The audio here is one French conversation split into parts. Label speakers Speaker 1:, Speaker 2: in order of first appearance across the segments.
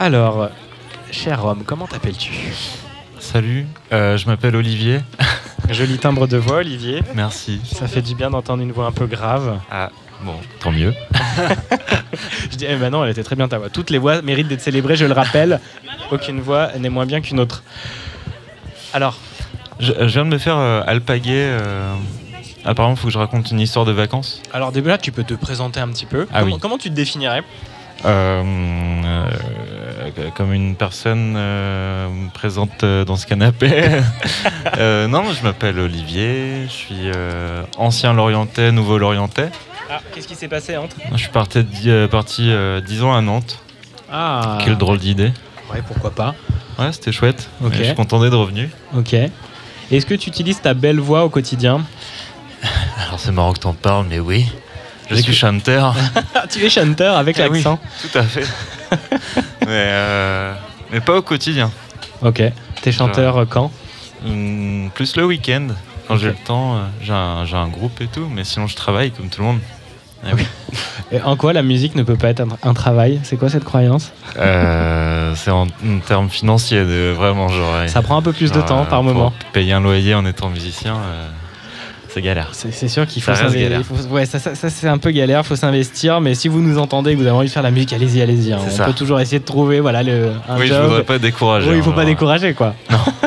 Speaker 1: Alors, cher homme, comment t'appelles-tu
Speaker 2: Salut, euh, je m'appelle Olivier.
Speaker 1: Joli timbre de voix, Olivier.
Speaker 2: Merci.
Speaker 1: Ça fait du bien d'entendre une voix un peu grave.
Speaker 2: Ah, bon, tant mieux.
Speaker 1: Je dis, eh ben non, elle était très bien ta voix. Toutes les voix méritent d'être célébrées, je le rappelle. Aucune voix n'est moins bien qu'une autre. Alors,
Speaker 2: Je, je viens de me faire euh, alpaguer. euh, Apparemment, il faut que je raconte une histoire de vacances.
Speaker 1: alors déjà, tu peux te présenter un petit peu.
Speaker 2: Ah
Speaker 1: comment,
Speaker 2: oui.
Speaker 1: comment tu te définirais
Speaker 2: Euh, euh, comme une personne euh, présente euh, dans ce canapé. Euh, non, je m'appelle Olivier, je suis euh, ancien Lorientais, nouveau Lorientais.
Speaker 1: Ah, qu'est-ce qui s'est passé entre
Speaker 2: Je suis parti, dix- euh, parti euh, 10 ans à Nantes.
Speaker 1: Ah,
Speaker 2: Quelle drôle d'idée.
Speaker 1: Ouais, pourquoi pas.
Speaker 2: Ouais, c'était chouette.
Speaker 1: Ok.
Speaker 2: Je suis content d'être revenu.
Speaker 1: Ok. Est-ce que tu utilises ta belle voix au quotidien
Speaker 2: Alors c'est marrant que t'en parles, mais oui. Je
Speaker 1: Mais
Speaker 2: suis
Speaker 1: que-
Speaker 2: chanteur.
Speaker 1: Ah, Tu es chanteur avec
Speaker 2: Ah oui,
Speaker 1: l'accent.
Speaker 2: Tout à fait. mais, euh, mais pas au quotidien.
Speaker 1: Ok. T'es chanteur euh, quand
Speaker 2: Hum, plus le week-end, quand j'ai
Speaker 1: Ok.
Speaker 2: le temps. euh, J'ai un, j'ai un groupe et tout, mais sinon je travaille comme tout le monde. Eh oui.
Speaker 1: Et En quoi la musique ne peut pas être un, un travail C'est quoi cette croyance
Speaker 2: Euh, c'est en, en termes financiers, de- vraiment. Genre, ouais.
Speaker 1: Ça prend un peu plus de
Speaker 2: Genre,
Speaker 1: temps
Speaker 2: euh,
Speaker 1: par
Speaker 2: pour
Speaker 1: moment.
Speaker 2: Payer un loyer en étant musicien, euh, c'est galère.
Speaker 1: C'est c'est sûr qu'il faut
Speaker 2: Ça reste
Speaker 1: s'investir.
Speaker 2: galère.
Speaker 1: il faut- Ouais, ça, ça- ça, c'est un peu galère, faut s'investir. Mais si vous nous entendez et que vous avez envie de faire la musique, allez-y, allez-y. hein.
Speaker 2: C'est
Speaker 1: On
Speaker 2: ça.
Speaker 1: peut toujours essayer de trouver voilà, le, un
Speaker 2: oui, je
Speaker 1: job.
Speaker 2: voudrais pas décourager.
Speaker 1: oui, il
Speaker 2: hein,
Speaker 1: faut pas
Speaker 2: genre,
Speaker 1: décourager quoi.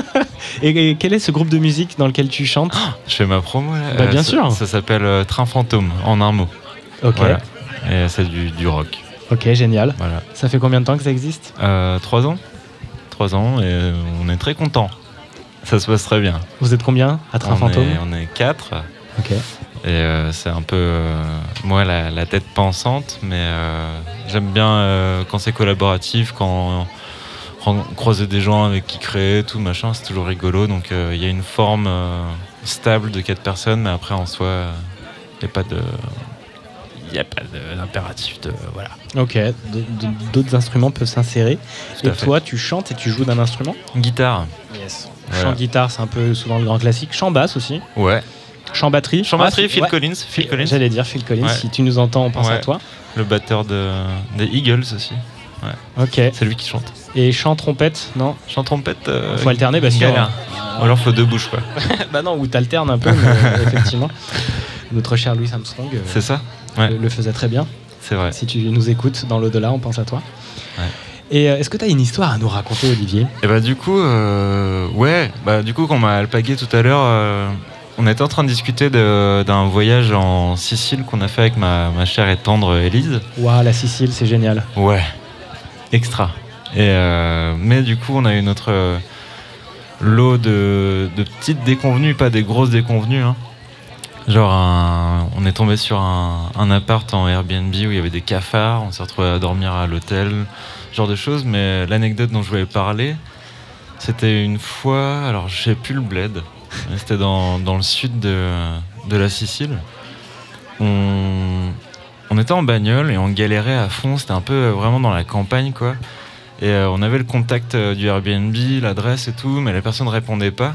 Speaker 1: et, et quel est ce groupe de musique dans lequel tu chantes
Speaker 2: Je fais ma promo là.
Speaker 1: Bah, bien
Speaker 2: ça-
Speaker 1: sûr.
Speaker 2: Ça s'appelle euh, Train Fantôme, en un mot.
Speaker 1: Ok,
Speaker 2: Voilà. Et c'est du, du rock.
Speaker 1: ok, génial.
Speaker 2: Voilà.
Speaker 1: Ça fait combien de temps que ça existe
Speaker 2: Euh, trois ans. Trois ans et on est très contents. Ça se passe très bien.
Speaker 1: Vous êtes combien à Train
Speaker 2: on,
Speaker 1: Fantôme
Speaker 2: Est, on est quatre
Speaker 1: Ok.
Speaker 2: et euh, c'est un peu euh, moi la, la tête pensante, mais euh, j'aime bien euh, quand c'est collaboratif, quand on, ren- croise des gens avec qui créer, tout machin, c'est toujours rigolo. Donc euh, il y a une forme euh, stable de quatre personnes, mais après en soi, euh, il n'y a pas de. Il n'y a pas de- d'impératif de. Voilà.
Speaker 1: Ok, d- d- d'autres instruments peuvent s'insérer.
Speaker 2: Tout
Speaker 1: Et
Speaker 2: à fait.
Speaker 1: toi, tu chantes et tu joues d'un instrument
Speaker 2: Guitare.
Speaker 1: Yes. Chant
Speaker 2: Voilà.
Speaker 1: guitare, c'est un peu souvent le grand classique. Chant basse aussi.
Speaker 2: Ouais.
Speaker 1: Chant batterie.
Speaker 2: Chant batterie,
Speaker 1: Ah, si-
Speaker 2: Phil
Speaker 1: ouais.
Speaker 2: Collins. Phil Collins.
Speaker 1: J'allais dire Phil Collins,
Speaker 2: Ouais.
Speaker 1: si tu nous entends, on pense à
Speaker 2: Ouais.
Speaker 1: toi.
Speaker 2: Le batteur de, des Eagles aussi.
Speaker 1: Ok.
Speaker 2: C'est lui qui chante.
Speaker 1: Et chant trompette, non
Speaker 2: Chant trompette. euh,
Speaker 1: Faut alterner, bah, sinon-
Speaker 2: galère. Ou alors faut deux bouches, quoi.
Speaker 1: Bah non, ou t'alternes un peu, mais euh, effectivement. Notre cher Louis Armstrong euh,
Speaker 2: C'est ça ouais.
Speaker 1: le, le faisait très bien.
Speaker 2: C'est vrai.
Speaker 1: Si tu nous écoutes dans l'au-delà, on pense à toi.
Speaker 2: Ouais.
Speaker 1: Et euh, est-ce que tu as une histoire à nous raconter, Olivier
Speaker 2: Et bah, du coup, euh, ouais, bah, du coup, quand on m'a alpagué tout à l'heure, euh, on était en train de discuter de- d'un voyage en Sicile qu'on a fait avec ma, ma chère et tendre Élise.
Speaker 1: Waouh, la Sicile, c'est génial.
Speaker 2: Ouais, extra. Et euh, mais du coup, on a eu notre euh, lot de, de petites déconvenues, pas des grosses déconvenues. hein. Genre, un- on est tombé sur un, un appart en Airbnb où il y avait des cafards, on s'est retrouvé à dormir à l'hôtel, ce genre de choses. Mais l'anecdote dont je voulais parler, c'était une fois, alors je sais plus le bled, mais c'était dans, dans le sud de, de la Sicile. On, on était en bagnole et on galérait à fond, c'était un peu euh, vraiment dans la campagne quoi. Et euh, on avait le contact euh, du Airbnb, l'adresse et tout, mais la personne ne répondait pas.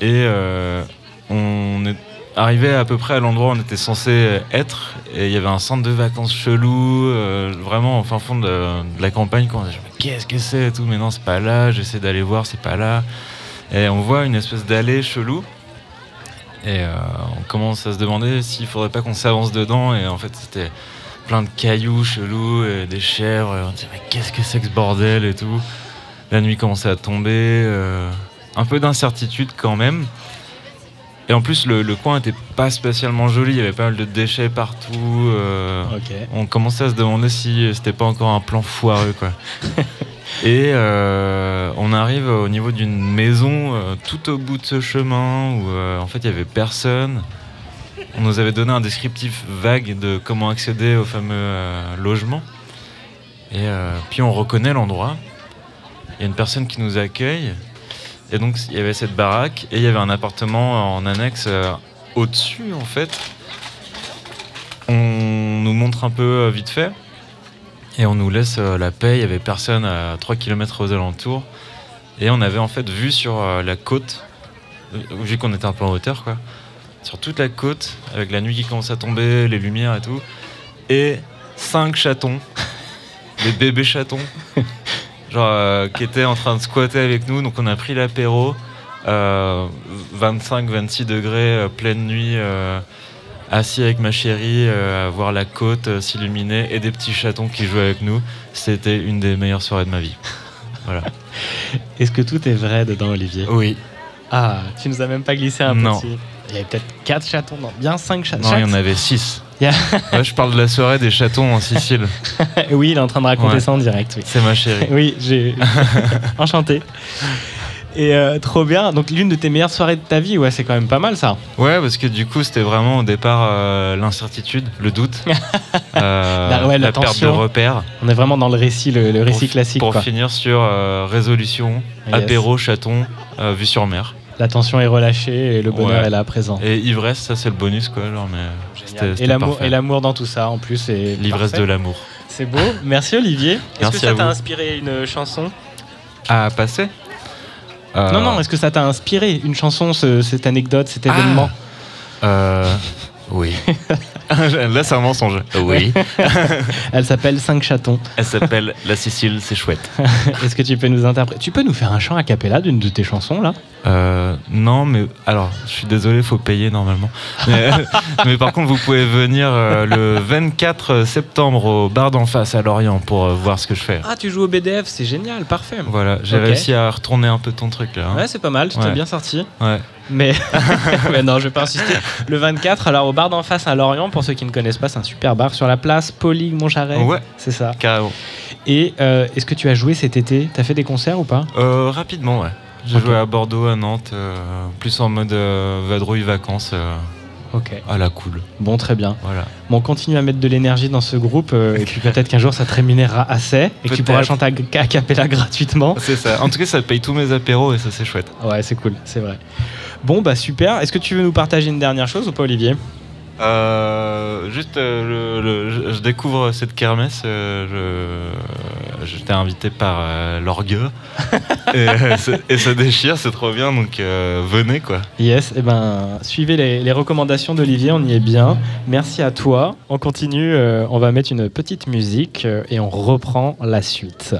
Speaker 2: Et euh, on est arrivé à peu près à l'endroit où on était censé être, et il y avait un centre de vacances chelou, euh, vraiment au fin fond de, de la campagne, quoi. on a dit Mais qu'est-ce que c'est et tout, mais non c'est pas là, j'essaie d'aller voir, c'est pas là. Et on voit une espèce d'allée chelou. Et euh, on commence à se demander s'il faudrait pas qu'on s'avance dedans. Et en fait, c'était plein de cailloux chelous, et des chèvres. Et on disait, mais qu'est-ce que c'est que ce bordel et tout. La nuit commençait à tomber. euh, un peu d'incertitude quand même. Et en plus, le, le coin était pas spécialement joli. Il y avait pas mal de déchets partout. euh,
Speaker 1: Ok.
Speaker 2: on commençait à se demander si c'était pas encore un plan foireux quoi. Et euh, on arrive au niveau d'une maison euh, tout au bout de ce chemin où euh, en fait il y avait personne. On nous avait donné un descriptif vague de comment accéder au fameux euh, logement. Et euh, puis on reconnaît l'endroit. Il y a une personne qui nous accueille. Et donc il y avait cette baraque et il y avait un appartement en annexe euh, au-dessus en fait. On nous montre un peu euh, vite fait et on nous laisse euh, la paix. Il y avait personne à 3 km aux alentours et on avait en fait vu sur euh, la côte, euh, vu qu'on était un peu en hauteur quoi, sur toute la côte avec la nuit qui commence à tomber, les lumières et tout, et cinq chatons, des bébés chatons genre, euh, qui était en train de squatter avec nous. Donc on a pris l'apéro, euh, 25-26 degrés, euh, pleine nuit, euh, assis avec ma chérie, euh, à voir la côte euh, s'illuminer et des petits chatons qui jouaient avec nous. C'était une des meilleures soirées de ma vie. Voilà.
Speaker 1: Est-ce que tout est vrai dedans, Olivier
Speaker 2: Oui.
Speaker 1: Ah, tu nous as même pas glissé un
Speaker 2: Oh. Non.
Speaker 1: petit. Il y avait peut-être 4 chatons, non, bien 5 chatons.
Speaker 2: Non, il y en avait 6.
Speaker 1: Il y a-
Speaker 2: Moi, je parle de la soirée des chatons en Sicile.
Speaker 1: oui, il est en train de raconter
Speaker 2: Ouais.
Speaker 1: ça en direct, oui.
Speaker 2: C'est ma chérie.
Speaker 1: Oui, j'ai. Enchanté. Et euh, trop bien. Donc, l'une de tes meilleures soirées de ta vie, ouais, c'est quand même pas mal ça.
Speaker 2: Ouais, parce que du coup, c'était vraiment au départ euh, l'incertitude, le doute, euh,
Speaker 1: La- ouais, la
Speaker 2: perte de
Speaker 1: tension.
Speaker 2: repères.
Speaker 1: On est vraiment dans le récit, le, le récit
Speaker 2: Pour-
Speaker 1: classique.
Speaker 2: Pour
Speaker 1: quoi.
Speaker 2: finir sur euh, résolution,
Speaker 1: Yes.
Speaker 2: apéro, chaton, euh, vue sur mer.
Speaker 1: La tension est relâchée et le bonheur
Speaker 2: Ouais.
Speaker 1: est là présent.
Speaker 2: Et ivresse, ça c'est le bonus quoi. Genre, mais c'était-
Speaker 1: Et
Speaker 2: c'était
Speaker 1: l'amour,
Speaker 2: parfait.
Speaker 1: et l'amour dans tout ça, en plus. et
Speaker 2: L'ivresse
Speaker 1: parfait.
Speaker 2: de l'amour.
Speaker 1: C'est beau. Merci Olivier. Est-ce
Speaker 2: Merci
Speaker 1: que ça
Speaker 2: à
Speaker 1: t'a
Speaker 2: vous.
Speaker 1: inspiré une chanson
Speaker 2: À passer Euh,
Speaker 1: Non, non. Est-ce que ça t'a inspiré une chanson, ce- cette anecdote, cet
Speaker 2: Ah.
Speaker 1: événement
Speaker 2: euh, oui. Là, c'est un mensonge. Oui.
Speaker 1: Elle s'appelle Cinq chatons.
Speaker 2: Elle s'appelle La Sicile, c'est chouette.
Speaker 1: Est-ce que tu peux nous interpréter Tu peux nous faire un chant a cappella d'une de tes chansons là
Speaker 2: Euh, non, mais alors, je suis désolé, faut payer normalement. Mais, mais par contre, vous pouvez venir euh, le 24 septembre au bar d'en face à Lorient pour euh, voir ce que je fais.
Speaker 1: Ah, tu joues au BDF, c'est génial, parfait.
Speaker 2: Voilà, j'ai
Speaker 1: Ok.
Speaker 2: réussi à retourner un peu ton truc là. hein.
Speaker 1: Ouais, c'est pas mal, tu t'es
Speaker 2: Ouais.
Speaker 1: bien sorti.
Speaker 2: Ouais.
Speaker 1: Mais... mais non, je vais pas insister. Le 24, alors au bar d'en face à Lorient, pour ceux qui ne connaissent pas, c'est un super bar sur la place, Poly, Montcharret.
Speaker 2: Ouais.
Speaker 1: C'est ça.
Speaker 2: Carrément.
Speaker 1: Et euh, est-ce que tu as joué cet été T'as fait des concerts ou pas
Speaker 2: Euh, rapidement, ouais. J'ai
Speaker 1: Ok.
Speaker 2: joué à Bordeaux, à Nantes, euh, plus en mode euh, vadrouille vacances euh,
Speaker 1: Ok.
Speaker 2: à la cool.
Speaker 1: Bon, très bien.
Speaker 2: Voilà.
Speaker 1: Bon, continue à mettre de l'énergie dans ce groupe, euh, et puis peut-être qu'un jour ça te rémunérera assez, et que tu
Speaker 2: Peut-être.
Speaker 1: pourras chanter à, à cappella gratuitement.
Speaker 2: C'est ça. En tout cas, ça paye tous mes apéros et ça, c'est chouette.
Speaker 1: Ouais, c'est cool, c'est vrai. Bon, bah super. Est-ce que tu veux nous partager une dernière chose ou pas, Olivier
Speaker 2: Euh, juste, euh, le- le- je- je découvre cette kermesse. euh, je- J'étais invité par euh, l'orgueux. et, euh, c'est- et ça déchire, c'est trop bien. Donc, euh, venez, quoi.
Speaker 1: Yes, et ben suivez les, les recommandations d'Olivier, on y est bien. Merci à toi. On continue, euh, on va mettre une petite musique euh, et on reprend la suite.